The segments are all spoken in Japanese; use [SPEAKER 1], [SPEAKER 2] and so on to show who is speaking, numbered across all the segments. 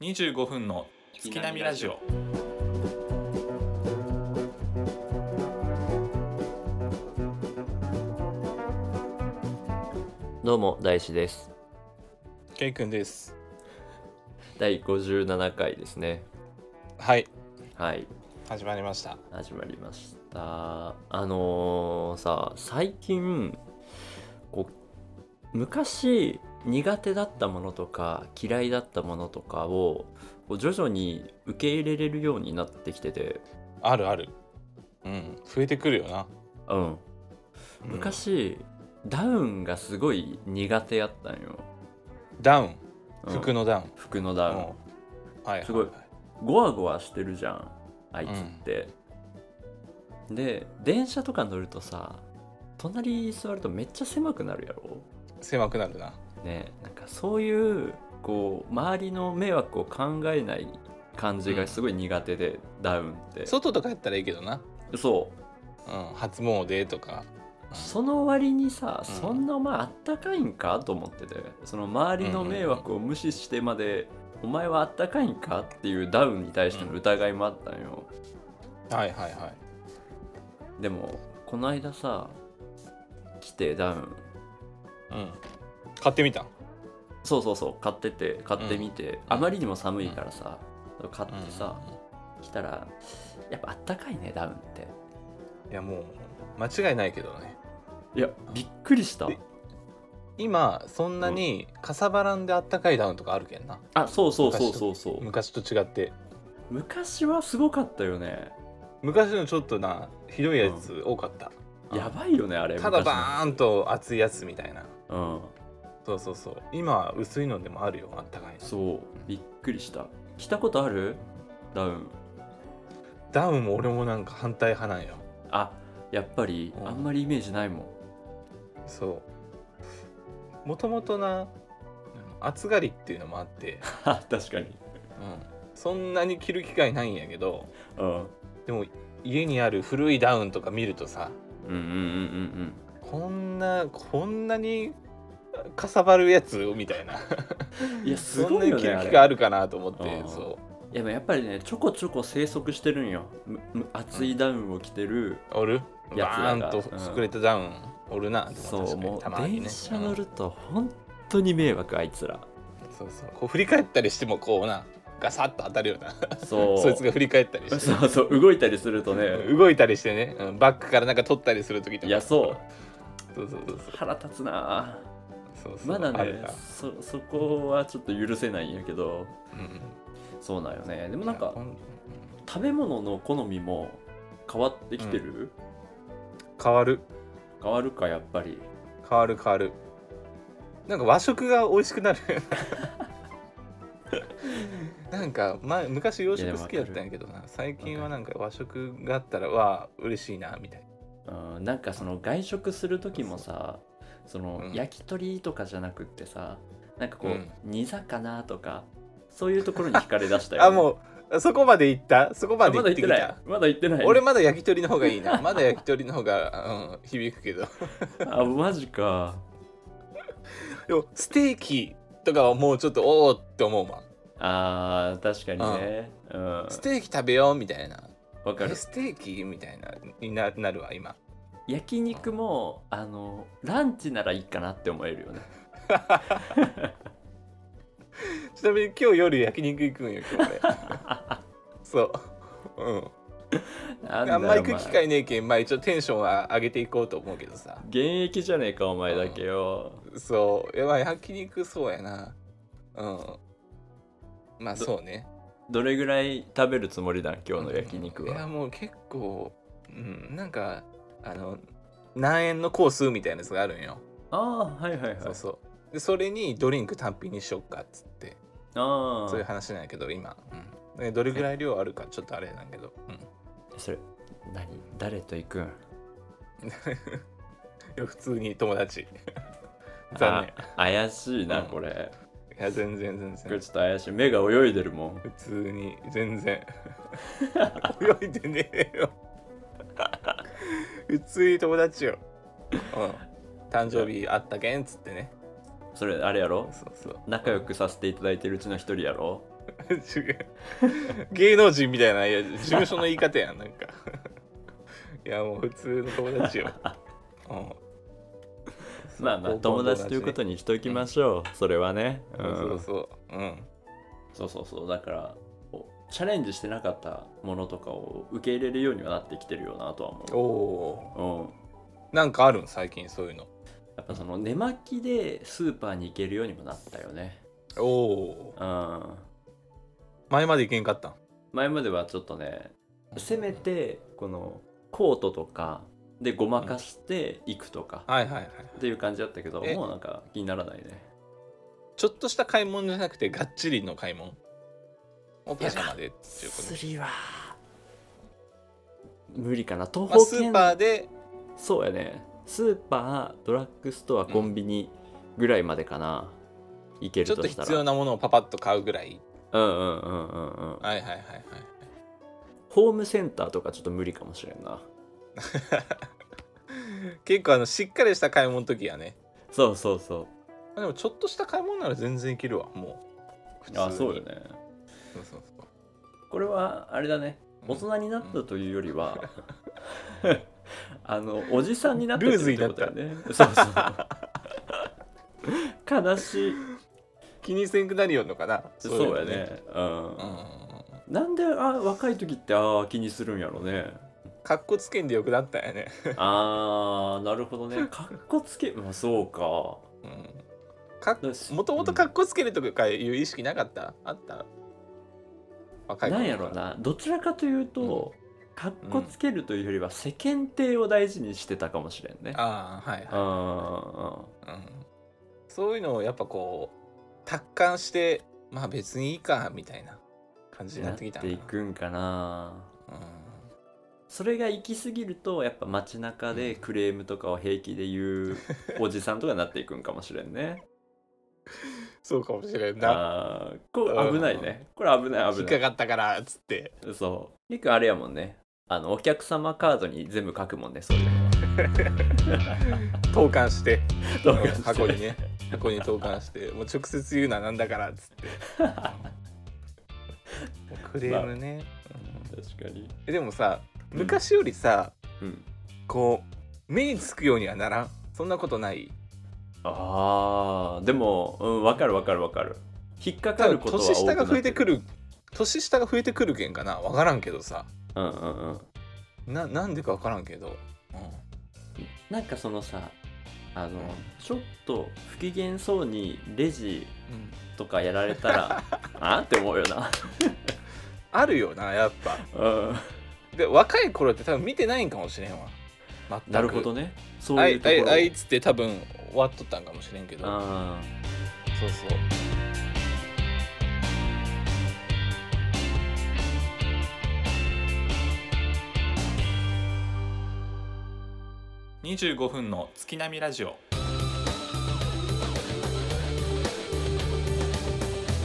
[SPEAKER 1] 25分の月並みラジオ
[SPEAKER 2] どうも大志です
[SPEAKER 3] ケイくんです。
[SPEAKER 2] 第57回ですね
[SPEAKER 3] はい、
[SPEAKER 2] はい
[SPEAKER 3] 始まりました。
[SPEAKER 2] 始まりましたあのーさ最近こう昔苦手だったものとか嫌いだったものとかをこう徐々に受け入れれるようになってきてて
[SPEAKER 3] あるある。うん、増えてくるよな。
[SPEAKER 2] うん
[SPEAKER 3] うん
[SPEAKER 2] 昔、ダウンがすごい苦手やったんよ、
[SPEAKER 3] ダウン、
[SPEAKER 2] うん
[SPEAKER 3] 服のダウン。
[SPEAKER 2] 服のダウン、
[SPEAKER 3] うんはい、
[SPEAKER 2] すごいゴワゴワしてるじゃんあいつって、で電車とか乗るとさ隣座るとめっちゃ狭くなるやろ
[SPEAKER 3] 狭くなるな。
[SPEAKER 2] ねなんかそういうこう周りの迷惑を考えない感じがすごい苦手で、ダウンってそ
[SPEAKER 3] 外とかやったらいいけどな。
[SPEAKER 2] う
[SPEAKER 3] うん、初詣とか。
[SPEAKER 2] その割にさ、
[SPEAKER 3] うん
[SPEAKER 2] そんなお前あったかいんかと思っててその周りの迷惑を無視してまで、お前はあったかいんかっていうダウンに対しての疑いもあったんよ、
[SPEAKER 3] はいはいはい。
[SPEAKER 2] でもこの間さ来てダウン
[SPEAKER 3] うん。買ってみた。
[SPEAKER 2] そうそうそう買ってて買ってみて、あまりにも寒いからさ、買ってさ、来たらやっぱあったかいねダウンって
[SPEAKER 3] うん。いやもう間違いないけどね。
[SPEAKER 2] いやびっくりした
[SPEAKER 3] え今そんなにかさばらんであったかいダウンとかあるけんな。
[SPEAKER 2] あそうそうそうそうそう
[SPEAKER 3] 昔と違って。
[SPEAKER 2] 昔はすごかったよね
[SPEAKER 3] 昔のちょっとなひどいやつ多かった。
[SPEAKER 2] やばいよねあれ
[SPEAKER 3] ただバーンと熱いやつみたいな。
[SPEAKER 2] 昔のうん
[SPEAKER 3] そうそうそう今薄いのでもあるよあったかいの
[SPEAKER 2] そうびっくりした来たことあるダウン
[SPEAKER 3] ダウンも俺もなんか反対派なんよ
[SPEAKER 2] あやっぱり
[SPEAKER 3] うん
[SPEAKER 2] あんまりイメージないもん
[SPEAKER 3] そうもともとな暑がりっていうのもあ って、
[SPEAKER 2] は確かに
[SPEAKER 3] そんなに着る機会ないんやけど
[SPEAKER 2] うん
[SPEAKER 3] でも家にある古いダウンとか見るとさ
[SPEAKER 2] うんうんうんうん
[SPEAKER 3] こんなこんなにかさばるやつみたいな
[SPEAKER 2] うんいやす
[SPEAKER 3] そん
[SPEAKER 2] ご
[SPEAKER 3] ないに
[SPEAKER 2] よ
[SPEAKER 3] 着
[SPEAKER 2] ね
[SPEAKER 3] る
[SPEAKER 2] あ
[SPEAKER 3] 機
[SPEAKER 2] れ
[SPEAKER 3] 会あるかなと思って
[SPEAKER 2] うん
[SPEAKER 3] そ
[SPEAKER 2] いやでもやっぱりねちょこちょこ生息してるんよむむ厚いダウンを着てる、
[SPEAKER 3] うおる
[SPEAKER 2] やつら
[SPEAKER 3] バ
[SPEAKER 2] が
[SPEAKER 3] ーンと膨れたダウンおるなと
[SPEAKER 2] そ
[SPEAKER 3] 思
[SPEAKER 2] う
[SPEAKER 3] 確かに
[SPEAKER 2] も
[SPEAKER 3] た
[SPEAKER 2] う
[SPEAKER 3] まにね
[SPEAKER 2] 電車乗ると本当に迷惑あい つら
[SPEAKER 3] そうそうこう振り返ったりしてもこうなガサッと当たるような
[SPEAKER 2] そう
[SPEAKER 3] そいつが振り返ったりして
[SPEAKER 2] そうそう動いたりするとね
[SPEAKER 3] 動いたりしてね、うん、バックからなんか取ったりする時とか
[SPEAKER 2] いやそう
[SPEAKER 3] そうそうそう
[SPEAKER 2] 腹立つな
[SPEAKER 3] そうそうそう
[SPEAKER 2] まだ
[SPEAKER 3] あれ
[SPEAKER 2] ね
[SPEAKER 3] だ
[SPEAKER 2] そそこはちょっと許せないんやけど
[SPEAKER 3] うんうん
[SPEAKER 2] そうなんよねでもなんか
[SPEAKER 3] う
[SPEAKER 2] 食べ物の好みも変わってきてる、
[SPEAKER 3] 変わる
[SPEAKER 2] 変わるかやっぱり
[SPEAKER 3] 変わる変わるなんか和食が美味しくな るなんか前昔洋食好きだったんやけどな最近はなんか和食があったらわあ嬉しいなみたいな
[SPEAKER 2] うん、なんかその外食する時もさその
[SPEAKER 3] うん
[SPEAKER 2] 焼き鳥とかじゃなくってさ、なんかこ
[SPEAKER 3] うん
[SPEAKER 2] う煮魚とかそういうところに惹かれだしたよ、ね、
[SPEAKER 3] あもうそこまで行ったそこま
[SPEAKER 2] あ
[SPEAKER 3] で行
[SPEAKER 2] まだ
[SPEAKER 3] っ
[SPEAKER 2] 行
[SPEAKER 3] てき
[SPEAKER 2] ってない
[SPEAKER 3] た
[SPEAKER 2] まだ行ってない
[SPEAKER 3] 俺まだ焼き鳥の方がいいなまだ焼き鳥の方が、うん、響くけど
[SPEAKER 2] あマジか
[SPEAKER 3] でもステーキとかはもうちょっとおおって思うもん
[SPEAKER 2] あー確かにねうんわ、
[SPEAKER 3] ステーキ食べようみたいな
[SPEAKER 2] か
[SPEAKER 3] え
[SPEAKER 2] る
[SPEAKER 3] ステーキみたいなにななるわ今
[SPEAKER 2] 焼肉もあのランチならいいかなって思える よね
[SPEAKER 3] ちなみに今日夜焼肉行くんよ今日俺 そううん
[SPEAKER 2] なんだよ
[SPEAKER 3] あんま行く
[SPEAKER 2] お前
[SPEAKER 3] 機会ねえけんまあ一応テンションは上げていこうと思うけどさ
[SPEAKER 2] 現役じゃねえかお前だけよ、
[SPEAKER 3] そうやばい焼肉そうやなうんまあそうね
[SPEAKER 2] どれぐらい食べるつもりだ今日の焼肉
[SPEAKER 3] いや
[SPEAKER 2] は、
[SPEAKER 3] もう結構うんなんかあの何円のコースみたいなやつがあるんよ、
[SPEAKER 2] ああーはいはいはい
[SPEAKER 3] そうそうでそれにドリンク単品にしよっかっつって
[SPEAKER 2] ああ
[SPEAKER 3] そういう話なんやけど今、うんでどれぐらい量あるかちょっとあれなんやけど、うん、い
[SPEAKER 2] それ何誰と行くん
[SPEAKER 3] や普通に友 達残
[SPEAKER 2] あ怪しいな
[SPEAKER 3] うん
[SPEAKER 2] これ、
[SPEAKER 3] 念いや全然全
[SPEAKER 2] これ
[SPEAKER 3] 然
[SPEAKER 2] ちょっと怪しい目が泳いでるもん
[SPEAKER 3] 普通に全然泳いでねえよ 普通に友達よ、うん、誕生日あったけんっつってね
[SPEAKER 2] それあれやろ
[SPEAKER 3] そうそう
[SPEAKER 2] 仲良くさせていただいてるうちの一人やろ
[SPEAKER 3] 違う 芸能人みたいないや事務所の言い方やんなんか いやもう普通の友達よ、うん
[SPEAKER 2] まあまあ
[SPEAKER 3] 高校
[SPEAKER 2] 友
[SPEAKER 3] の
[SPEAKER 2] 達ということ
[SPEAKER 3] に
[SPEAKER 2] にしときましょうそれはねう
[SPEAKER 3] そうんそううん
[SPEAKER 2] そうそうそうだからこうチャレンジしてなかったものとかを受け入れるようにはなってきてるよなとは
[SPEAKER 3] お
[SPEAKER 2] 思
[SPEAKER 3] お
[SPEAKER 2] う、うん、
[SPEAKER 3] ーなんかあるん最近そういうの
[SPEAKER 2] やっぱその寝巻きでスーパーに行けるようにもなったよね
[SPEAKER 3] おお
[SPEAKER 2] うん
[SPEAKER 3] 前まで行けんかったん
[SPEAKER 2] 前まではちょっとねせめてこのコートとかでごまかしていくとか
[SPEAKER 3] はいはいはい
[SPEAKER 2] っていう感じだったけど
[SPEAKER 3] え
[SPEAKER 2] もうなんか気にならないね
[SPEAKER 3] ちょっとした買い物じゃなくてがっちりの買い物おパジャマでっていうこと
[SPEAKER 2] 釣りは無理かな
[SPEAKER 3] まあ、
[SPEAKER 2] 東
[SPEAKER 3] ス
[SPEAKER 2] 方
[SPEAKER 3] ー
[SPEAKER 2] 圏
[SPEAKER 3] パーで
[SPEAKER 2] そうやねスーパードラッグストアコンビニぐらいまでかな、行け
[SPEAKER 3] ちょ
[SPEAKER 2] る
[SPEAKER 3] っ
[SPEAKER 2] と
[SPEAKER 3] と
[SPEAKER 2] したら
[SPEAKER 3] 必要なものをパパッと買うぐらい
[SPEAKER 2] うんうんうんうんう
[SPEAKER 3] は
[SPEAKER 2] ん
[SPEAKER 3] いはいはいはい
[SPEAKER 2] ホームセンターとかちょっと無理かもしれんな
[SPEAKER 3] 結構あのしっかりした買い物の時やね
[SPEAKER 2] そうそうそ
[SPEAKER 3] でもちょっとした買い物なら全然いけるわもう普
[SPEAKER 2] うあそうよね
[SPEAKER 3] そうそうそう
[SPEAKER 2] これはあれだね
[SPEAKER 3] うん
[SPEAKER 2] 大人になったというよりは、あのおじさんになったって
[SPEAKER 3] ルーズに
[SPEAKER 2] い
[SPEAKER 3] な
[SPEAKER 2] う
[SPEAKER 3] っ
[SPEAKER 2] こ
[SPEAKER 3] た
[SPEAKER 2] とだよねそうそう悲しい
[SPEAKER 3] 気にせんくなるよんのかな
[SPEAKER 2] そう
[SPEAKER 3] いの
[SPEAKER 2] やねうん、
[SPEAKER 3] うん
[SPEAKER 2] なんであ若い時ってああ気にするんやろね
[SPEAKER 3] かっこつけんでよくなったんやね、
[SPEAKER 2] あーなるほ どねかっこつけまあそうか
[SPEAKER 3] うん、か
[SPEAKER 2] だし
[SPEAKER 3] もともとかっこつけるとかいう意識なかったあった若い頃
[SPEAKER 2] なんやろなどちらかというと、かっこつけるというよりは世間体を大事にしてたかもしれんね。
[SPEAKER 3] ああはい
[SPEAKER 2] うんうんうん
[SPEAKER 3] はい、うん、そういうのをやっぱこう達観してまあ別にいいかみたいな感じにな
[SPEAKER 2] な
[SPEAKER 3] っ
[SPEAKER 2] って
[SPEAKER 3] きた
[SPEAKER 2] ていくんかな。
[SPEAKER 3] うん
[SPEAKER 2] それが行き過ぎるとやっぱ街中でクレームとかを平気で言うおじさんとかになっていくんかもしれんね。
[SPEAKER 3] そうかもしれん な。
[SPEAKER 2] あーこれ危ないね。これ危ない危
[SPEAKER 3] 引っ
[SPEAKER 2] な
[SPEAKER 3] か
[SPEAKER 2] い。
[SPEAKER 3] かったからっつって。
[SPEAKER 2] そう。結構あれやもんね。あのお客様カードに全部書くもんねそういうの
[SPEAKER 3] 投函して。
[SPEAKER 2] 投函して
[SPEAKER 3] 箱にね。箱に投函して。もう直接言うななんだからっつって。もうクレームね、
[SPEAKER 2] 確かに。
[SPEAKER 3] えでもさ、昔よりさ、
[SPEAKER 2] うん。
[SPEAKER 3] こう、目につくようにはならん。そんなことない。
[SPEAKER 2] あーでもうん分かる分かる分かる引っかか
[SPEAKER 3] 多
[SPEAKER 2] る
[SPEAKER 3] 分
[SPEAKER 2] ことは
[SPEAKER 3] 年下が増えてく
[SPEAKER 2] る
[SPEAKER 3] る。年下が増えてくるけんかなわからんけどさ
[SPEAKER 2] うんうんうん
[SPEAKER 3] ななんでかわからんけど、
[SPEAKER 2] なんかそのさあの、
[SPEAKER 3] うん
[SPEAKER 2] ちょっと不機嫌そうにレジ
[SPEAKER 3] うんうん
[SPEAKER 2] とかやられたら あって思うよな
[SPEAKER 3] あるよなやっぱ
[SPEAKER 2] うん
[SPEAKER 3] で若い頃って多分見てないんかもしれんわ全く
[SPEAKER 2] なるほどねそう
[SPEAKER 3] あ
[SPEAKER 2] いう
[SPEAKER 3] い
[SPEAKER 2] と
[SPEAKER 3] あ
[SPEAKER 2] ころ
[SPEAKER 3] いあいつって多分終わっとったんかもしれんけど
[SPEAKER 2] あ
[SPEAKER 3] そうそう
[SPEAKER 1] 25分の月並みラジオ
[SPEAKER 2] ー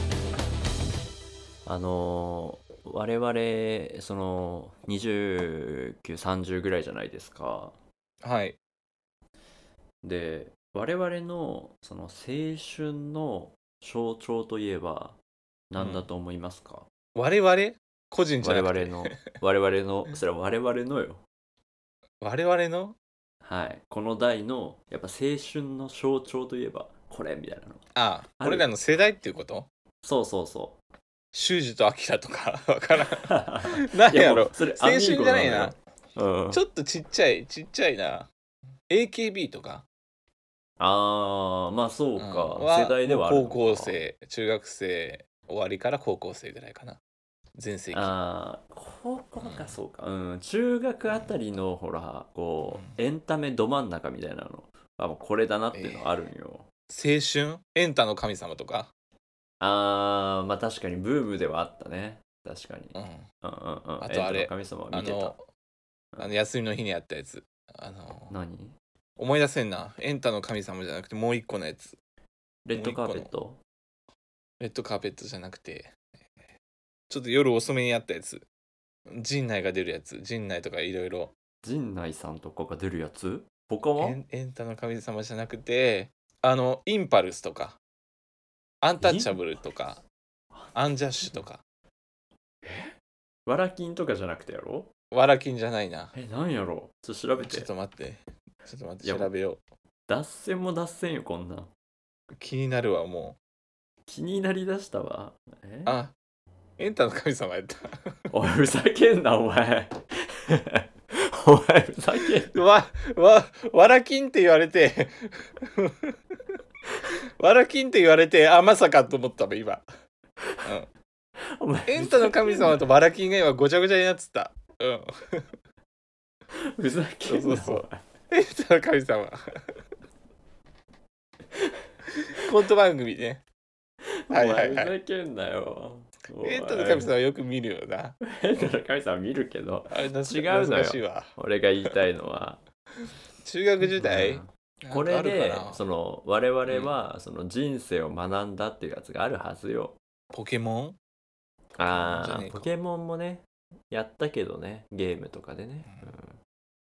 [SPEAKER 2] あのー我々その2930ぐらいじゃないですか
[SPEAKER 3] はい
[SPEAKER 2] で我々のその青春の象徴といえば何だと思いますか、
[SPEAKER 3] 我々個人じゃ
[SPEAKER 2] 我
[SPEAKER 3] なく
[SPEAKER 2] 々
[SPEAKER 3] て
[SPEAKER 2] の我々のそれは我々のよ
[SPEAKER 3] 我々の
[SPEAKER 2] はいこの代のやっぱ青春の象徴といえばこれみたいなの
[SPEAKER 3] あ
[SPEAKER 2] ある
[SPEAKER 3] 俺らの世代っていうこと
[SPEAKER 2] そうそうそ
[SPEAKER 3] 修二とアキラとか わからん
[SPEAKER 2] う
[SPEAKER 3] 何や
[SPEAKER 2] も
[SPEAKER 3] ろ
[SPEAKER 2] うそれ
[SPEAKER 3] 青春じゃない
[SPEAKER 2] ア
[SPEAKER 3] な
[SPEAKER 2] ミーゴなのようん
[SPEAKER 3] ちょっとちっちゃいちっちゃいな AKB とか
[SPEAKER 2] ああまあそうか、
[SPEAKER 3] ん
[SPEAKER 2] 世代ではあるの
[SPEAKER 3] 高
[SPEAKER 2] か
[SPEAKER 3] 校生中学生終わりから高校生ぐらいかな全盛期
[SPEAKER 2] ああ高校かそうかうん中学あたりのほらこう
[SPEAKER 3] う
[SPEAKER 2] エンタメど真ん中みたいなのあもうこれだなっていうのはあるんよ、
[SPEAKER 3] 青春エンタの神様とか、
[SPEAKER 2] ああまあ確かにブームではあったね確かに
[SPEAKER 3] うん、
[SPEAKER 2] うんうんうん
[SPEAKER 3] あとあれ
[SPEAKER 2] エンタの神様を
[SPEAKER 3] あ
[SPEAKER 2] 見てた
[SPEAKER 3] のあの休みの日にやったやつあの
[SPEAKER 2] 何
[SPEAKER 3] 思い出せんなエンタの神様じゃなくてもう一個のやつ
[SPEAKER 2] レッドカーペット
[SPEAKER 3] レッドカーペットじゃなくてちょっと夜遅めにやったやつ陣内が出るやつ陣内とかいろいろ
[SPEAKER 2] 陣内さんとかが出るやつ他は
[SPEAKER 3] エンエンタの神様じゃなくてあのインパルスとかアンタッチャブルとか
[SPEAKER 2] アン
[SPEAKER 3] アンジャッシュとか
[SPEAKER 2] わらきんとかじゃなくてやろ
[SPEAKER 3] わらきんじゃないな
[SPEAKER 2] え、なんやろちょっと調べ
[SPEAKER 3] ちょ
[SPEAKER 2] て
[SPEAKER 3] っ。と待ってちょっと待
[SPEAKER 2] いや
[SPEAKER 3] って調べよ
[SPEAKER 2] 脱線も脱線よ、こんなん。
[SPEAKER 3] う気になるわも
[SPEAKER 2] 気になりだしたわ。え
[SPEAKER 3] うあエンタの神様やった
[SPEAKER 2] おい、ふざけんな、お前。 お前、ふざけん な。
[SPEAKER 3] わ、わ、わらきんって言われ て、わらきんって言われて、あ、まさかと思ったもん、今。
[SPEAKER 2] お前、
[SPEAKER 3] エンタの神様とわらきんが今ごちゃごちゃになってた。うん。
[SPEAKER 2] ふざけんな。
[SPEAKER 3] そうそうそうエンタの神様。 コント番組ね。
[SPEAKER 2] お
[SPEAKER 3] は
[SPEAKER 2] 前
[SPEAKER 3] いはいは
[SPEAKER 2] お前
[SPEAKER 3] い。
[SPEAKER 2] ふざけんなよ。お前
[SPEAKER 3] エンタの神様よく見るよな。
[SPEAKER 2] エンタの神様見るけど、
[SPEAKER 3] あれ懐か
[SPEAKER 2] 違うのよ
[SPEAKER 3] 懐かしいわ。
[SPEAKER 2] 俺が言いたいのは。
[SPEAKER 3] 中学時
[SPEAKER 2] う
[SPEAKER 3] 代
[SPEAKER 2] んこ
[SPEAKER 3] なんかあ
[SPEAKER 2] れで
[SPEAKER 3] るかな
[SPEAKER 2] その我々はその人生を学んだっていうやつがあるはずよ。
[SPEAKER 3] ポケモン
[SPEAKER 2] あ
[SPEAKER 3] じゃねえ
[SPEAKER 2] あ
[SPEAKER 3] か
[SPEAKER 2] ポケモンもねやったけどねゲームとかでね、うん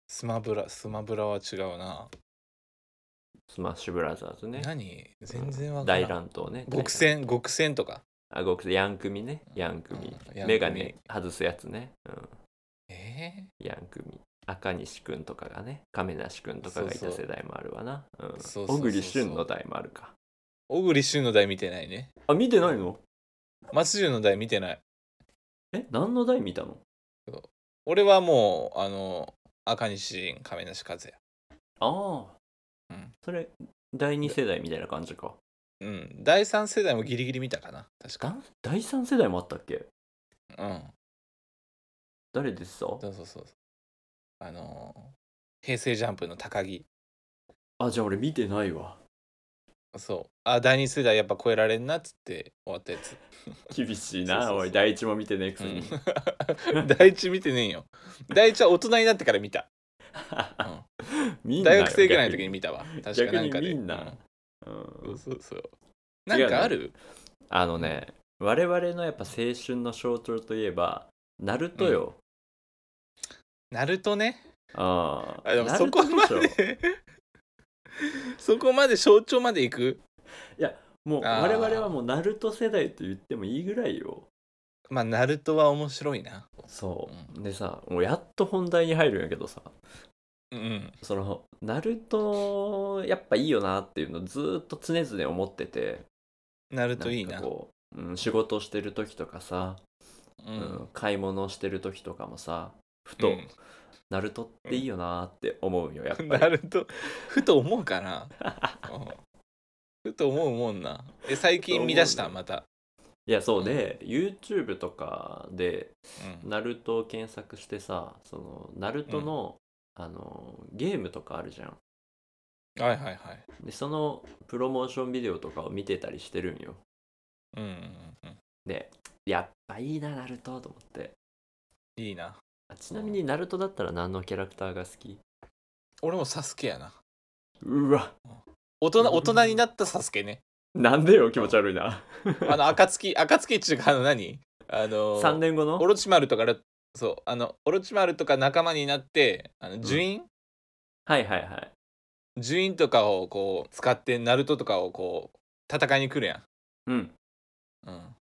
[SPEAKER 3] スマブラ、スマブラは違うな。
[SPEAKER 2] スマッシュブラザーズね
[SPEAKER 3] 何全然わからん。
[SPEAKER 2] 大乱闘ね
[SPEAKER 3] 極戦、極戦とか。
[SPEAKER 2] あ極戦ヤンクミねヤンクミ
[SPEAKER 3] うんヤンクミ
[SPEAKER 2] メガネ外すやつね、うん、
[SPEAKER 3] えー
[SPEAKER 2] ヤンクミ赤西くんとかがね亀梨くんとかがい
[SPEAKER 3] そう
[SPEAKER 2] た
[SPEAKER 3] そう
[SPEAKER 2] 世代もあるわなうん
[SPEAKER 3] そうそうそうそう
[SPEAKER 2] 小栗旬の代もあるか
[SPEAKER 3] 小栗旬の代見てないね。
[SPEAKER 2] あ見てないの
[SPEAKER 3] 松潤の代見てない。
[SPEAKER 2] え何の代見たの
[SPEAKER 3] 俺はもう、あの、赤西仁、亀梨和也。
[SPEAKER 2] ああ、
[SPEAKER 3] うん
[SPEAKER 2] それ第二世代みたいな感じか
[SPEAKER 3] うん。第三世代もギリギリ見たかな。確か。
[SPEAKER 2] あ第3世代もあったっけ
[SPEAKER 3] うん。
[SPEAKER 2] 誰でした
[SPEAKER 3] そうそうそう。あのー、平成ジャンプの高木。
[SPEAKER 2] あじゃあ俺見てないわ
[SPEAKER 3] そう。あ、第二世代やっぱ超えられんなっつって終わったやつ。
[SPEAKER 2] 厳しい
[SPEAKER 3] そう
[SPEAKER 2] な
[SPEAKER 3] そうそう
[SPEAKER 2] おい第一も見てねくせに、
[SPEAKER 3] うん 第一見てねえよ。第一は大人になってから見た。うん
[SPEAKER 2] 見んな
[SPEAKER 3] 大
[SPEAKER 2] よ
[SPEAKER 3] 学生ぐらいの時に見たわ。確か
[SPEAKER 2] 逆
[SPEAKER 3] なん
[SPEAKER 2] に
[SPEAKER 3] かで。
[SPEAKER 2] 見んな、う
[SPEAKER 3] うん
[SPEAKER 2] ん
[SPEAKER 3] そうそうそう。
[SPEAKER 2] 違う
[SPEAKER 3] な
[SPEAKER 2] ね
[SPEAKER 3] んかある
[SPEAKER 2] あのね我々のやっぱ青春の象徴といえばナルトよ、
[SPEAKER 3] ナルトね。
[SPEAKER 2] ああ
[SPEAKER 3] あでも
[SPEAKER 2] ナ
[SPEAKER 3] そ
[SPEAKER 2] ル
[SPEAKER 3] こ
[SPEAKER 2] ト
[SPEAKER 3] ま
[SPEAKER 2] しょ
[SPEAKER 3] で そこまで象徴まで行く
[SPEAKER 2] もう
[SPEAKER 3] あー
[SPEAKER 2] 我々はもうナルト世代と言ってもいいぐらいよ
[SPEAKER 3] まあナルトは面白いな
[SPEAKER 2] そう、でさもうやっと本題に入るんやけどさ
[SPEAKER 3] うん
[SPEAKER 2] そのナルトやっぱいいよなっていうのずーっと常々思ってて
[SPEAKER 3] ナルトいいな
[SPEAKER 2] なんかこう、うん、仕事してる時とかさ、
[SPEAKER 3] う
[SPEAKER 2] うん
[SPEAKER 3] ん
[SPEAKER 2] 買い物してる時とかもさふと、
[SPEAKER 3] うん
[SPEAKER 2] ナルトっていいよなーって思うよやっぱり
[SPEAKER 3] ナルトふと思うか なうんふと思うもんなえ最近見出し
[SPEAKER 2] ふ
[SPEAKER 3] た
[SPEAKER 2] と思
[SPEAKER 3] また、
[SPEAKER 2] いやそうで、YouTube とかで
[SPEAKER 3] うん、
[SPEAKER 2] ナルトを検索してさそのナルトの、あのゲームとかあるじゃん
[SPEAKER 3] はいはいはい
[SPEAKER 2] でそのプロモーションビデオとかを見てたりしてるんよ
[SPEAKER 3] うんうんうん
[SPEAKER 2] でやっぱいいなナルトと思って
[SPEAKER 3] いいな
[SPEAKER 2] あちなみにナルトだったら何のキャラクターが好き
[SPEAKER 3] 俺もサスケやな
[SPEAKER 2] うわ
[SPEAKER 3] 大人大人になったサスケね
[SPEAKER 2] なんでよ気持ち悪いな
[SPEAKER 3] あの暁 暁っていうかあの何あの
[SPEAKER 2] 3年後
[SPEAKER 3] オ
[SPEAKER 2] の
[SPEAKER 3] ロチマルとかだそうあのオロチマルとか仲間になってあの呪印、
[SPEAKER 2] はいはいはい
[SPEAKER 3] 呪印とかをこう使ってナルトとかをこう戦いに来るや
[SPEAKER 2] うん
[SPEAKER 3] ん、うん、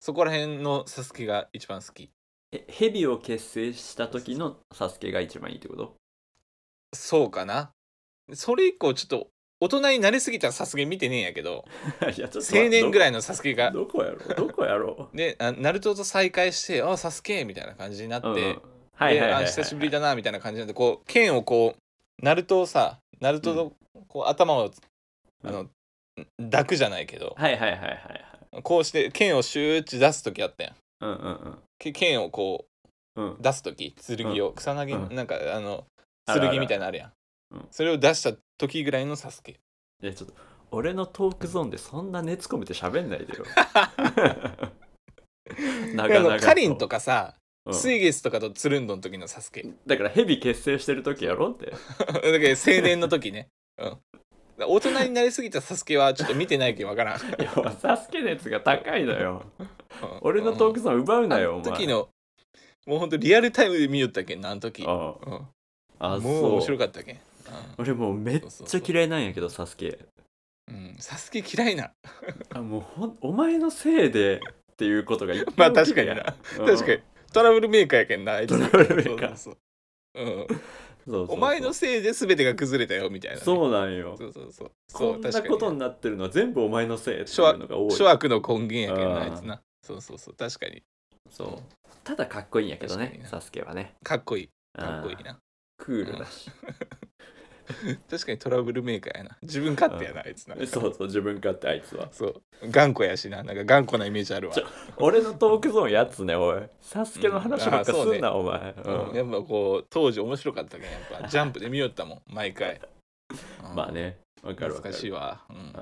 [SPEAKER 3] そこら辺のサスケが一番好き
[SPEAKER 2] えヘビを結成した時のサスケが一番いいってこと
[SPEAKER 3] そうかなそれ以降ちょっと大人になりすぎたサスケ見てねえんやけど
[SPEAKER 2] いやちょっと
[SPEAKER 3] 青年ぐら
[SPEAKER 2] い
[SPEAKER 3] いのサスケが
[SPEAKER 2] どこやろどこやろ
[SPEAKER 3] であナルトと再会して「あサスケ」みたいな感じになって、
[SPEAKER 2] うんうん
[SPEAKER 3] で
[SPEAKER 2] はいはいはい、は
[SPEAKER 3] あ
[SPEAKER 2] い、
[SPEAKER 3] 久しぶりだなみたいな感じになってこう剣をこうナルトをさナルトのこう頭を、あの抱くじゃないけど
[SPEAKER 2] はいはいはいはいはい
[SPEAKER 3] こうして剣をシューッて出す時あったやん
[SPEAKER 2] うんうん
[SPEAKER 3] け剣をこう
[SPEAKER 2] うんうん
[SPEAKER 3] 出す時剣を草薙、
[SPEAKER 2] うん
[SPEAKER 3] なんかあの
[SPEAKER 2] あるある
[SPEAKER 3] 剣みたいなのあるやん
[SPEAKER 2] うん
[SPEAKER 3] それを出した時ぐらいのサスケ
[SPEAKER 2] いやちょっと俺のトークゾーンでそんな熱込めて喋んないでよ
[SPEAKER 3] あ
[SPEAKER 2] なか
[SPEAKER 3] の
[SPEAKER 2] なか
[SPEAKER 3] カリンとかさ、
[SPEAKER 2] うん
[SPEAKER 3] 水月とかとつるんどの時のサスケ だ
[SPEAKER 2] だからヘビ結成してる時やろって
[SPEAKER 3] け ど青年の時ね、うん、大人になりすぎたサスケはちょっと見てないけどわからん
[SPEAKER 2] いやサスケ熱が高いのよ
[SPEAKER 3] うん
[SPEAKER 2] 俺のトークゾーン奪う
[SPEAKER 3] うん
[SPEAKER 2] なよ、
[SPEAKER 3] あの
[SPEAKER 2] お前
[SPEAKER 3] 時のもうほんとリアルタイムで見よったけんなあの時、うん、
[SPEAKER 2] あ
[SPEAKER 3] も
[SPEAKER 2] あ
[SPEAKER 3] う
[SPEAKER 2] そう
[SPEAKER 3] 面白かったけん、
[SPEAKER 2] 俺もうめっ
[SPEAKER 3] そう
[SPEAKER 2] ち
[SPEAKER 3] そ
[SPEAKER 2] ゃ
[SPEAKER 3] うそう
[SPEAKER 2] 嫌いなんやけどサスケ
[SPEAKER 3] うんうんサスケ嫌いな
[SPEAKER 2] あもうほんお前のせいでっていうことが一
[SPEAKER 3] まあ
[SPEAKER 2] 回も起
[SPEAKER 3] 確
[SPEAKER 2] き
[SPEAKER 3] か
[SPEAKER 2] い
[SPEAKER 3] に
[SPEAKER 2] やん
[SPEAKER 3] な。確かに。トラブルメーカーやけんなあいつ
[SPEAKER 2] トラブルメーカー
[SPEAKER 3] そうそうそううん
[SPEAKER 2] うんそうそうそ
[SPEAKER 3] お
[SPEAKER 2] う
[SPEAKER 3] 前のせいで全てが崩れたよみたいなね、
[SPEAKER 2] そうなんよ
[SPEAKER 3] そうそうそうそ
[SPEAKER 2] こ
[SPEAKER 3] うん確
[SPEAKER 2] な
[SPEAKER 3] か
[SPEAKER 2] こと
[SPEAKER 3] に
[SPEAKER 2] になってるのは全部お前のせいっていうのが多い
[SPEAKER 3] 諸悪の根源やけどなあ
[SPEAKER 2] うん
[SPEAKER 3] いつなそうそうそう確かに
[SPEAKER 2] そうただかっこいいんやけど
[SPEAKER 3] 確かに
[SPEAKER 2] ね
[SPEAKER 3] な
[SPEAKER 2] サスケはね
[SPEAKER 3] かっこいいかっこいい
[SPEAKER 2] うん
[SPEAKER 3] な
[SPEAKER 2] クールだし
[SPEAKER 3] 確かにトラブルメーカーやな自分勝手やなあいつな
[SPEAKER 2] そうそう自分勝手あいつは
[SPEAKER 3] そう頑固やしななんか頑固なイメージあるわ
[SPEAKER 2] ちょ俺のトークゾーンやつねおいサスケの話ばっかすんな、お前、
[SPEAKER 3] うん
[SPEAKER 2] うん
[SPEAKER 3] やっぱこう当時面白かったけどやっぱジャンプで見よったもん毎回、うん
[SPEAKER 2] まあねわかるわか
[SPEAKER 3] 難
[SPEAKER 2] る
[SPEAKER 3] しいわ、うん
[SPEAKER 2] うん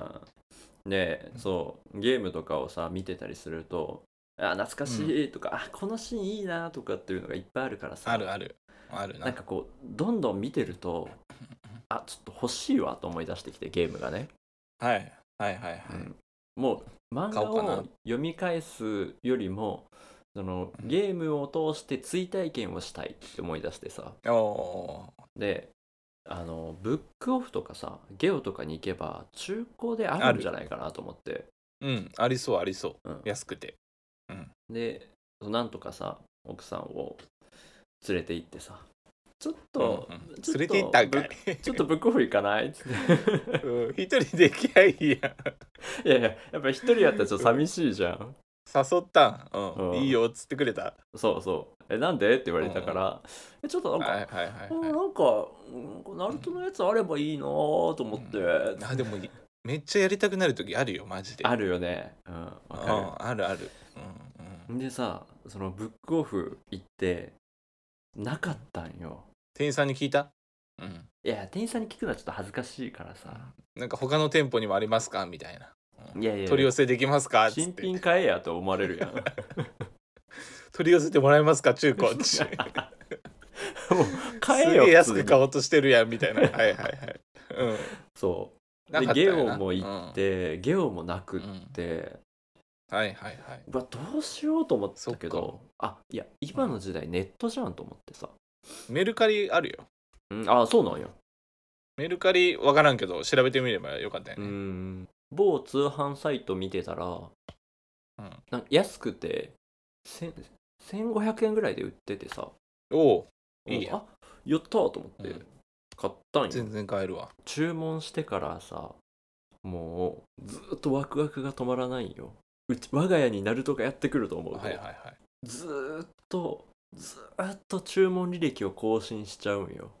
[SPEAKER 2] でそうゲームとかをさ見てたりするとあ懐かしいとか、あこのシーンいいなとかっていうのがいっぱいあるからさ
[SPEAKER 3] あるあるあるな
[SPEAKER 2] なんかこうどんどん見てるとあちょっと欲しいわと思い出してきてゲームがね、
[SPEAKER 3] はいはいはいはい、
[SPEAKER 2] もう漫画
[SPEAKER 3] 買おうかな
[SPEAKER 2] を読み返すよりもそのゲームを通して追体験をしたいって思い出してさ
[SPEAKER 3] おお
[SPEAKER 2] であのブックオフとかさゲオとかに行けば中古であるんじゃないかなと思って、
[SPEAKER 3] ーうんありそうありそう
[SPEAKER 2] うん
[SPEAKER 3] 安くて
[SPEAKER 2] でなんとかさ奥さんを連れて行ってさちょっと、
[SPEAKER 3] うんうん
[SPEAKER 2] ちょっ
[SPEAKER 3] 連
[SPEAKER 2] と
[SPEAKER 3] れて行ったんか
[SPEAKER 2] ぶ
[SPEAKER 3] い
[SPEAKER 2] ちょっとブックオフ行かないっ つっ
[SPEAKER 3] うん一人できゃいいやん
[SPEAKER 2] ていやいややっぱ一人やったらちょっと寂しいじゃん
[SPEAKER 3] 誘ったん、うん
[SPEAKER 2] うん
[SPEAKER 3] いいよっつってくれた
[SPEAKER 2] そうそうえなんでって言われたから、えちょっとなんか、
[SPEAKER 3] はいはいはい、
[SPEAKER 2] うん
[SPEAKER 3] は
[SPEAKER 2] なんか、うんナルトのやつあればいいなと思って、
[SPEAKER 3] い、あでもいめっちゃやりたくなる時あるよマジで
[SPEAKER 2] あ
[SPEAKER 3] る
[SPEAKER 2] るよねうんわ
[SPEAKER 3] う
[SPEAKER 2] かる
[SPEAKER 3] んあるあるうんうん
[SPEAKER 2] でさそのブックオフ行ってなかったんよ
[SPEAKER 3] 店員さんに聞いたうん
[SPEAKER 2] いや店員さんに聞くのはちょっと恥ずかしいからさ
[SPEAKER 3] なんか他の店舗にもありますかみたいな、うん
[SPEAKER 2] いやいや
[SPEAKER 3] 取り寄せできますかっつっ
[SPEAKER 2] 新
[SPEAKER 3] て
[SPEAKER 2] 品買えやと思われる やんも
[SPEAKER 3] 取り寄せてもらえますか中古ってす
[SPEAKER 2] う買え
[SPEAKER 3] げ
[SPEAKER 2] よ
[SPEAKER 3] え安
[SPEAKER 2] 普通
[SPEAKER 3] く
[SPEAKER 2] に
[SPEAKER 3] 買おうとしてるやんみたいなはいはいはいうん
[SPEAKER 2] そう
[SPEAKER 3] なか
[SPEAKER 2] で
[SPEAKER 3] った
[SPEAKER 2] ゲ
[SPEAKER 3] よな
[SPEAKER 2] オも行って、ゲオもなく
[SPEAKER 3] う
[SPEAKER 2] っ
[SPEAKER 3] んうん
[SPEAKER 2] て、
[SPEAKER 3] はいはいはいう
[SPEAKER 2] わどうしようと思ったけどあいや今の時代ネットじゃんと思ってさ、
[SPEAKER 3] メルカリあるよ
[SPEAKER 2] うん、あそうなんよ
[SPEAKER 3] メルカリわからんけど調べてみればよかったよ
[SPEAKER 2] う
[SPEAKER 3] ね、
[SPEAKER 2] ん某通販サイト見てたら、
[SPEAKER 3] ん
[SPEAKER 2] なんか安くて1000 1500円ぐらいで売っててさ
[SPEAKER 3] おおいいやん
[SPEAKER 2] あやったーと思って
[SPEAKER 3] うん
[SPEAKER 2] 買ったんよ、
[SPEAKER 3] 全然買えるわ
[SPEAKER 2] 注文してからさもうずーっとワクワクが止まらないようち我が家にナルトがやってくると思うと、
[SPEAKER 3] はいはいはい
[SPEAKER 2] ずーっとずーっと注文履歴を更新しちゃうんよ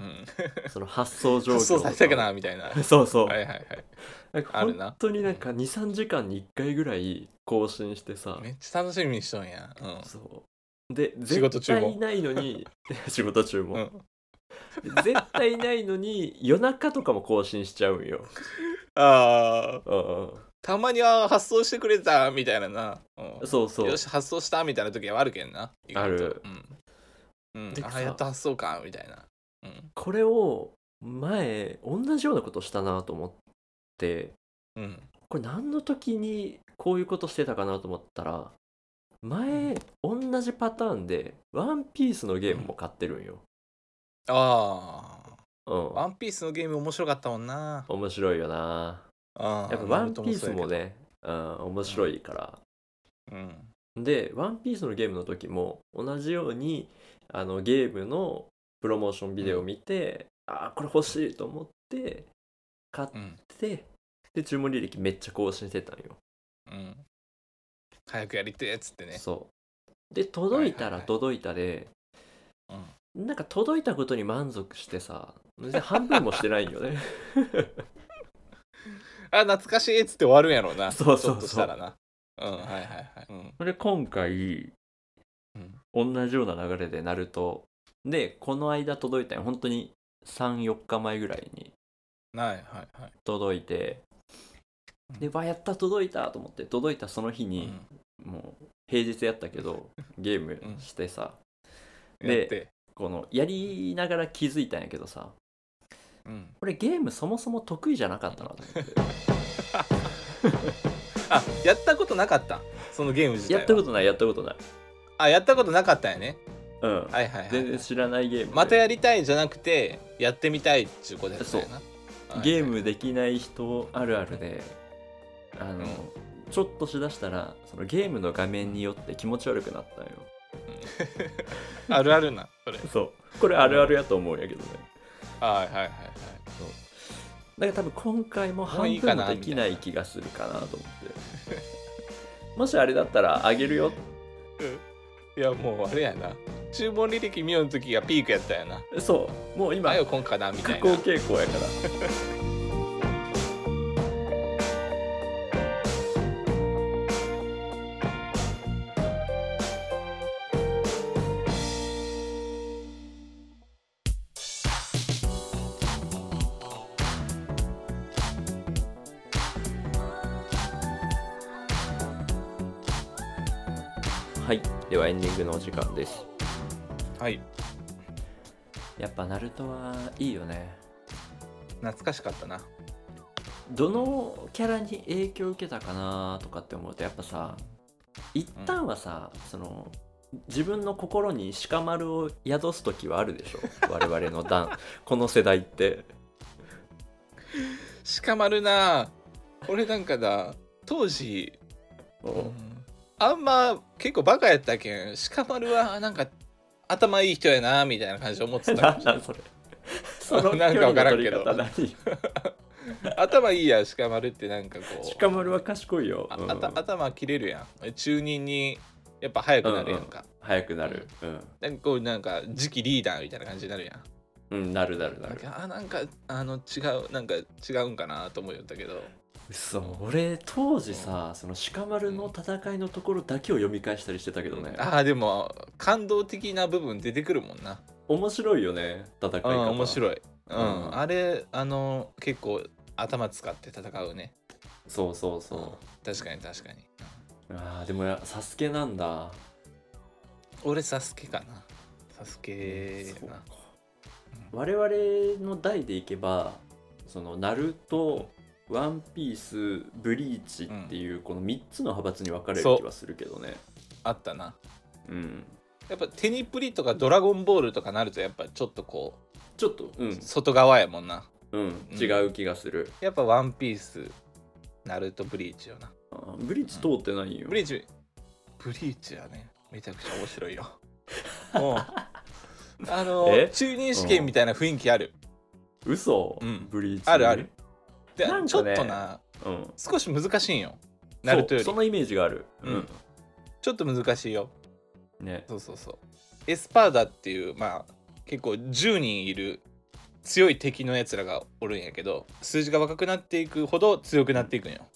[SPEAKER 3] うん
[SPEAKER 2] その発送状況
[SPEAKER 3] 発送されたかな
[SPEAKER 2] と
[SPEAKER 3] みたいなは
[SPEAKER 2] か そうそう、
[SPEAKER 3] いはいはい
[SPEAKER 2] なんか
[SPEAKER 3] あるな
[SPEAKER 2] 本当になんか23時間に1回ぐらい更新してさ
[SPEAKER 3] めっちゃ楽しみにしとんやうん
[SPEAKER 2] そうで
[SPEAKER 3] 仕事
[SPEAKER 2] 絶
[SPEAKER 3] 中も
[SPEAKER 2] 対ない のに仕事中も、
[SPEAKER 3] うん
[SPEAKER 2] で絶対ないのに夜中とかも更新しちゃうんよ、
[SPEAKER 3] あー
[SPEAKER 2] う
[SPEAKER 3] たまには発送してくれたみたいなな、うん
[SPEAKER 2] ん、そうそう
[SPEAKER 3] よし発送したみたいな時はあるけんな意外と
[SPEAKER 2] ある
[SPEAKER 3] うん、う
[SPEAKER 2] で
[SPEAKER 3] ん、あ
[SPEAKER 2] さ
[SPEAKER 3] やっと発送かみたいな、うん
[SPEAKER 2] これを前同じようなことしたなと思って
[SPEAKER 3] うん、
[SPEAKER 2] これ何の時にこういうことしてたかなと思ったら前同じパターンで「ワンピースのゲームも買ってるんよ、
[SPEAKER 3] ああ
[SPEAKER 2] うん、
[SPEAKER 3] ワンピースのゲーム面白かったもんな
[SPEAKER 2] 面白いよな
[SPEAKER 3] や
[SPEAKER 2] やっぱ「ワンピースも、ね、うん、面白いから
[SPEAKER 3] うん、
[SPEAKER 2] で、ワンピースのゲームの時も同じようにあのゲームのプロモーションビデオを見て、ああ、これ欲しいと思って買っ
[SPEAKER 3] うん
[SPEAKER 2] て、で、注文履歴めっちゃ更新してたんよ。
[SPEAKER 3] うん、早くやりてえっつってね、
[SPEAKER 2] そう。で、届いた
[SPEAKER 3] はいはい
[SPEAKER 2] ら
[SPEAKER 3] はい
[SPEAKER 2] 届いたで、
[SPEAKER 3] うん、
[SPEAKER 2] なんか届いたことに満足してさ、全然半分もしてないん よね。
[SPEAKER 3] あ懐かしいっつって終わるんやろうな
[SPEAKER 2] そうそ
[SPEAKER 3] ちょ
[SPEAKER 2] うそう
[SPEAKER 3] っとしたらなうんはいはいはい、うん
[SPEAKER 2] それ今回、
[SPEAKER 3] うん、
[SPEAKER 2] 同じような流れでなると、で、この間届いたんよ本当に3、4日前ぐらいに
[SPEAKER 3] はいはいはい
[SPEAKER 2] 届いて
[SPEAKER 3] うん
[SPEAKER 2] でわやった届いたと思って届いたその日に、もう平日やったけどゲームしてさ、
[SPEAKER 3] うん、
[SPEAKER 2] で
[SPEAKER 3] やって、
[SPEAKER 2] このやりながら気づいたんやけどさ
[SPEAKER 3] うん、
[SPEAKER 2] 俺ゲームそもそも得意じゃなかったなと 思って
[SPEAKER 3] あやったことなかったそのゲーム自体は
[SPEAKER 2] やったことないやったことない
[SPEAKER 3] あやったことなかったんやね
[SPEAKER 2] うん、
[SPEAKER 3] はいはい、はい、
[SPEAKER 2] 全然知らないゲームで
[SPEAKER 3] またやりたいじゃなくてやってみたいっていうことやったよなはい
[SPEAKER 2] ゲームできない人あるあるであの、
[SPEAKER 3] うん
[SPEAKER 2] ちょっとしだしたらそのゲームの画面によって気持ち悪くなったんよ
[SPEAKER 3] あるあるなそれ
[SPEAKER 2] そうこれあるあるやと思うんやけどね
[SPEAKER 3] はいはいはいはい
[SPEAKER 2] そうだから多分今回も
[SPEAKER 3] もうい
[SPEAKER 2] 半
[SPEAKER 3] いか
[SPEAKER 2] 分
[SPEAKER 3] な
[SPEAKER 2] もできない気がするかなと思って もしあれだったらあげるよ
[SPEAKER 3] うんいやもうあれやな注文履歴見ようときがピークやったやな
[SPEAKER 2] そうもう今
[SPEAKER 3] あよこんかなみた
[SPEAKER 2] 下
[SPEAKER 3] い
[SPEAKER 2] 降
[SPEAKER 3] な
[SPEAKER 2] 傾向やからはい、ではエンディングのお時間です。
[SPEAKER 3] はい
[SPEAKER 2] やっぱナルトはいいよね。
[SPEAKER 3] 懐かしかったな
[SPEAKER 2] どのキャラに影響を受けたかなとかって思うとやっぱさ一旦はさ、その自分の心に鹿丸を宿す時はあるで しょ我々の段この世代って
[SPEAKER 3] 鹿丸な俺なんかだ当時
[SPEAKER 2] お
[SPEAKER 3] あんま結構バカやったけん鹿丸はなんか頭いい人やなみたいな感じで思ってたかも
[SPEAKER 2] なん
[SPEAKER 3] しれ
[SPEAKER 2] だ
[SPEAKER 3] ん
[SPEAKER 2] それその
[SPEAKER 3] な
[SPEAKER 2] 距
[SPEAKER 3] んか
[SPEAKER 2] 離
[SPEAKER 3] わか
[SPEAKER 2] の
[SPEAKER 3] らん
[SPEAKER 2] 取り
[SPEAKER 3] けど
[SPEAKER 2] 方何
[SPEAKER 3] 頭いいや鹿丸ってなんかこう
[SPEAKER 2] 鹿丸は賢いよ、
[SPEAKER 3] あ
[SPEAKER 2] うん
[SPEAKER 3] あた頭切れるやん中任にやっぱ早くなるやんか、
[SPEAKER 2] 早くなるうん、
[SPEAKER 3] なんかこうなんか次期リーダーみたいな感じになるやん
[SPEAKER 2] うん、なるなるな
[SPEAKER 3] なん
[SPEAKER 2] る
[SPEAKER 3] かあなんかあの違うなんか違うんかなと思いよったけど
[SPEAKER 2] そう俺当時さその鹿丸の戦いのところだけを読み返したりしてたけどね、
[SPEAKER 3] ああでも感動的な部分出てくるもんな
[SPEAKER 2] 面白いよね戦
[SPEAKER 3] う
[SPEAKER 2] い
[SPEAKER 3] ん
[SPEAKER 2] 方
[SPEAKER 3] 面白い、うん
[SPEAKER 2] うん
[SPEAKER 3] あれあの結構頭使って戦うね
[SPEAKER 2] そうそうそ
[SPEAKER 3] 確かに確かに
[SPEAKER 2] うあーでもやサスケなんだ
[SPEAKER 3] 俺サスケかなサスケや
[SPEAKER 2] そう
[SPEAKER 3] な
[SPEAKER 2] 我々の代でいけばそのナルトワンピースブリーチっていうこの3つの派閥に分かれる気はするけどね
[SPEAKER 3] あったな
[SPEAKER 2] うん
[SPEAKER 3] やっぱテニプリとかドラゴンボールとかなるとやっぱちょっとこ
[SPEAKER 2] ちょっとう
[SPEAKER 3] うん外側やもんな
[SPEAKER 2] うん違う気がする、
[SPEAKER 3] やっぱワンピースナルトブリーチよな
[SPEAKER 2] あーブリーチ通ってないよ
[SPEAKER 3] ブリーチブリーチはねめちゃくちゃ面白いよ もうあの
[SPEAKER 2] え
[SPEAKER 3] 中任試験みたいな雰囲気ある
[SPEAKER 2] 嘘、
[SPEAKER 3] うん
[SPEAKER 2] ブリーチ
[SPEAKER 3] あるあるで
[SPEAKER 2] なんかね
[SPEAKER 3] ちょっとな
[SPEAKER 2] うん
[SPEAKER 3] 少し難しいんよナルトより
[SPEAKER 2] そうそのイメージがある
[SPEAKER 3] うんちょっと難しいよ
[SPEAKER 2] うんね
[SPEAKER 3] そうそうそうエスパーダっていうまあ結構10人いる強い敵のやつらがおるんやけど数字が若くなっていくほど強くなっていくんよ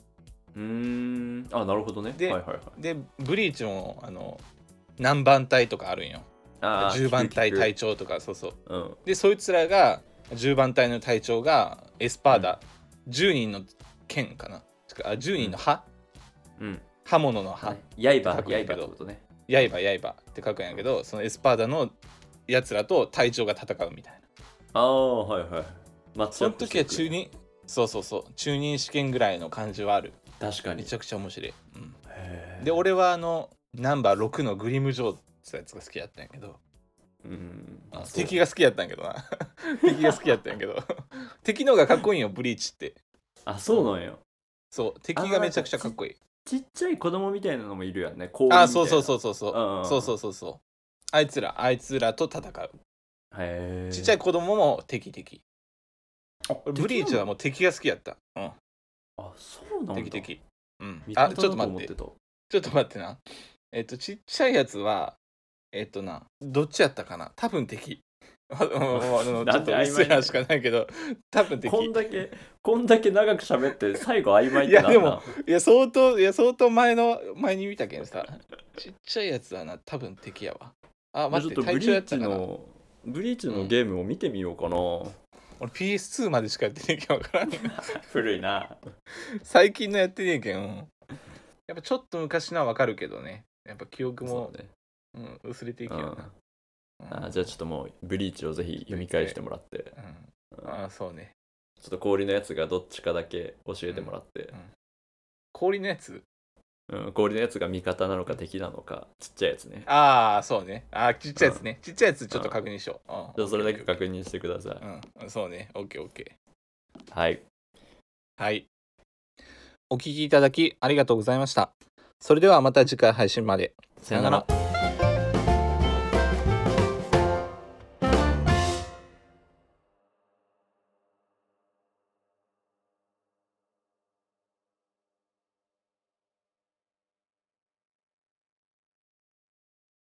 [SPEAKER 2] うーんあなるほどね
[SPEAKER 3] で
[SPEAKER 2] はいはいはい
[SPEAKER 3] でブリーチもあの何番隊とかあるんよ
[SPEAKER 2] あー
[SPEAKER 3] 10番隊
[SPEAKER 2] 聞く聞く
[SPEAKER 3] 隊長とかそうそう
[SPEAKER 2] うん
[SPEAKER 3] でそいつらが10番隊の隊長がエスパーダ、10人の剣かなあ10人の刃、
[SPEAKER 2] うん
[SPEAKER 3] 刃物の刃、
[SPEAKER 2] はい刃刃
[SPEAKER 3] 書
[SPEAKER 2] っ
[SPEAKER 3] くんやけ
[SPEAKER 2] て
[SPEAKER 3] ど
[SPEAKER 2] ことね
[SPEAKER 3] 刃刃って書くんやけどそのエスパーダのやつらと隊長が戦うみたいな
[SPEAKER 2] ああはいはいマッチ
[SPEAKER 3] そ
[SPEAKER 2] アッ
[SPEAKER 3] の
[SPEAKER 2] プし
[SPEAKER 3] 時
[SPEAKER 2] て
[SPEAKER 3] は
[SPEAKER 2] く
[SPEAKER 3] 中任そうそうそう中任試験ぐらいの感じはある
[SPEAKER 2] 確か
[SPEAKER 3] め
[SPEAKER 2] に
[SPEAKER 3] ちゃくちゃ面白い、うん
[SPEAKER 2] へー
[SPEAKER 3] で俺はあのナンバー6のグリム・ジョーってやつが好きやったんやけど
[SPEAKER 2] うんあそう
[SPEAKER 3] 敵が好きやったんやけどな 敵が好きやったんやけど敵の方がかっこいいんよブリーチって
[SPEAKER 2] あそうなんよ
[SPEAKER 3] そう敵がめちゃくちゃかっこいい
[SPEAKER 2] ちっちゃい子供みたいなのもいるやんねこ
[SPEAKER 3] あそうそうそううそうそう
[SPEAKER 2] うんうんうん
[SPEAKER 3] そうそうそうそうあいつらあいつらと戦う
[SPEAKER 2] へえ
[SPEAKER 3] ちっちゃい
[SPEAKER 2] 子
[SPEAKER 3] 子供も敵敵俺ブリーチは
[SPEAKER 2] も
[SPEAKER 3] もう敵が好きやったうん
[SPEAKER 2] あそうなんだ
[SPEAKER 3] 敵敵うん
[SPEAKER 2] 味
[SPEAKER 3] あ
[SPEAKER 2] 方
[SPEAKER 3] ちょっと
[SPEAKER 2] だ
[SPEAKER 3] 待
[SPEAKER 2] 思
[SPEAKER 3] って
[SPEAKER 2] た
[SPEAKER 3] ちょっと待ってな。えっと、ちっちゃいやつは、えっとな、どっちやったかな多分敵。 あもうあの、ち
[SPEAKER 2] な
[SPEAKER 3] ょっ
[SPEAKER 2] ん
[SPEAKER 3] と
[SPEAKER 2] で
[SPEAKER 3] うっせ
[SPEAKER 2] 曖昧な
[SPEAKER 3] ら
[SPEAKER 2] の
[SPEAKER 3] しかないけど、多分敵。
[SPEAKER 2] こんだけこんだけ長く 喋って最後曖昧ってなんだ
[SPEAKER 3] いやでもいや、相当、いや、相当前の、前に見たけんさ、ちっちゃいやつはな、多分敵やわ。あ、
[SPEAKER 2] もうち
[SPEAKER 3] 待っ、
[SPEAKER 2] ょってとブ
[SPEAKER 3] 隊
[SPEAKER 2] リ
[SPEAKER 3] 長や
[SPEAKER 2] ー
[SPEAKER 3] った
[SPEAKER 2] チ
[SPEAKER 3] かな。
[SPEAKER 2] のブリーチのゲームを見てみようかな、
[SPEAKER 3] 俺 PS2 までしかやってねえけんわからん。
[SPEAKER 2] 古いな
[SPEAKER 3] 最近のやってねえけん。うんやっぱちょっと昔のはわかるけどね。やっぱ記憶も
[SPEAKER 2] そう、ね
[SPEAKER 3] うん、薄れていくよな。うん
[SPEAKER 2] あじゃあちょっともうブリーチをぜひ読み返してもらって
[SPEAKER 3] うん、あそうね。
[SPEAKER 2] ちょっと氷のやつがどっちかだけ教えてもらって、
[SPEAKER 3] 氷のやつ
[SPEAKER 2] うん氷のやつが味方なのか敵なのか、ちっちゃいやつね。
[SPEAKER 3] ああ、そうね。ああ、ちっちゃいやつね。ちっちゃいやつちょっと確認しよう。うん
[SPEAKER 2] じゃあそれだけ確認してください。
[SPEAKER 3] うん、そうね。オッケーオッケ
[SPEAKER 2] はい。
[SPEAKER 3] ー。はい。お聞きいただきありがとうございましたそれではまた次回配信まで
[SPEAKER 2] さよなら。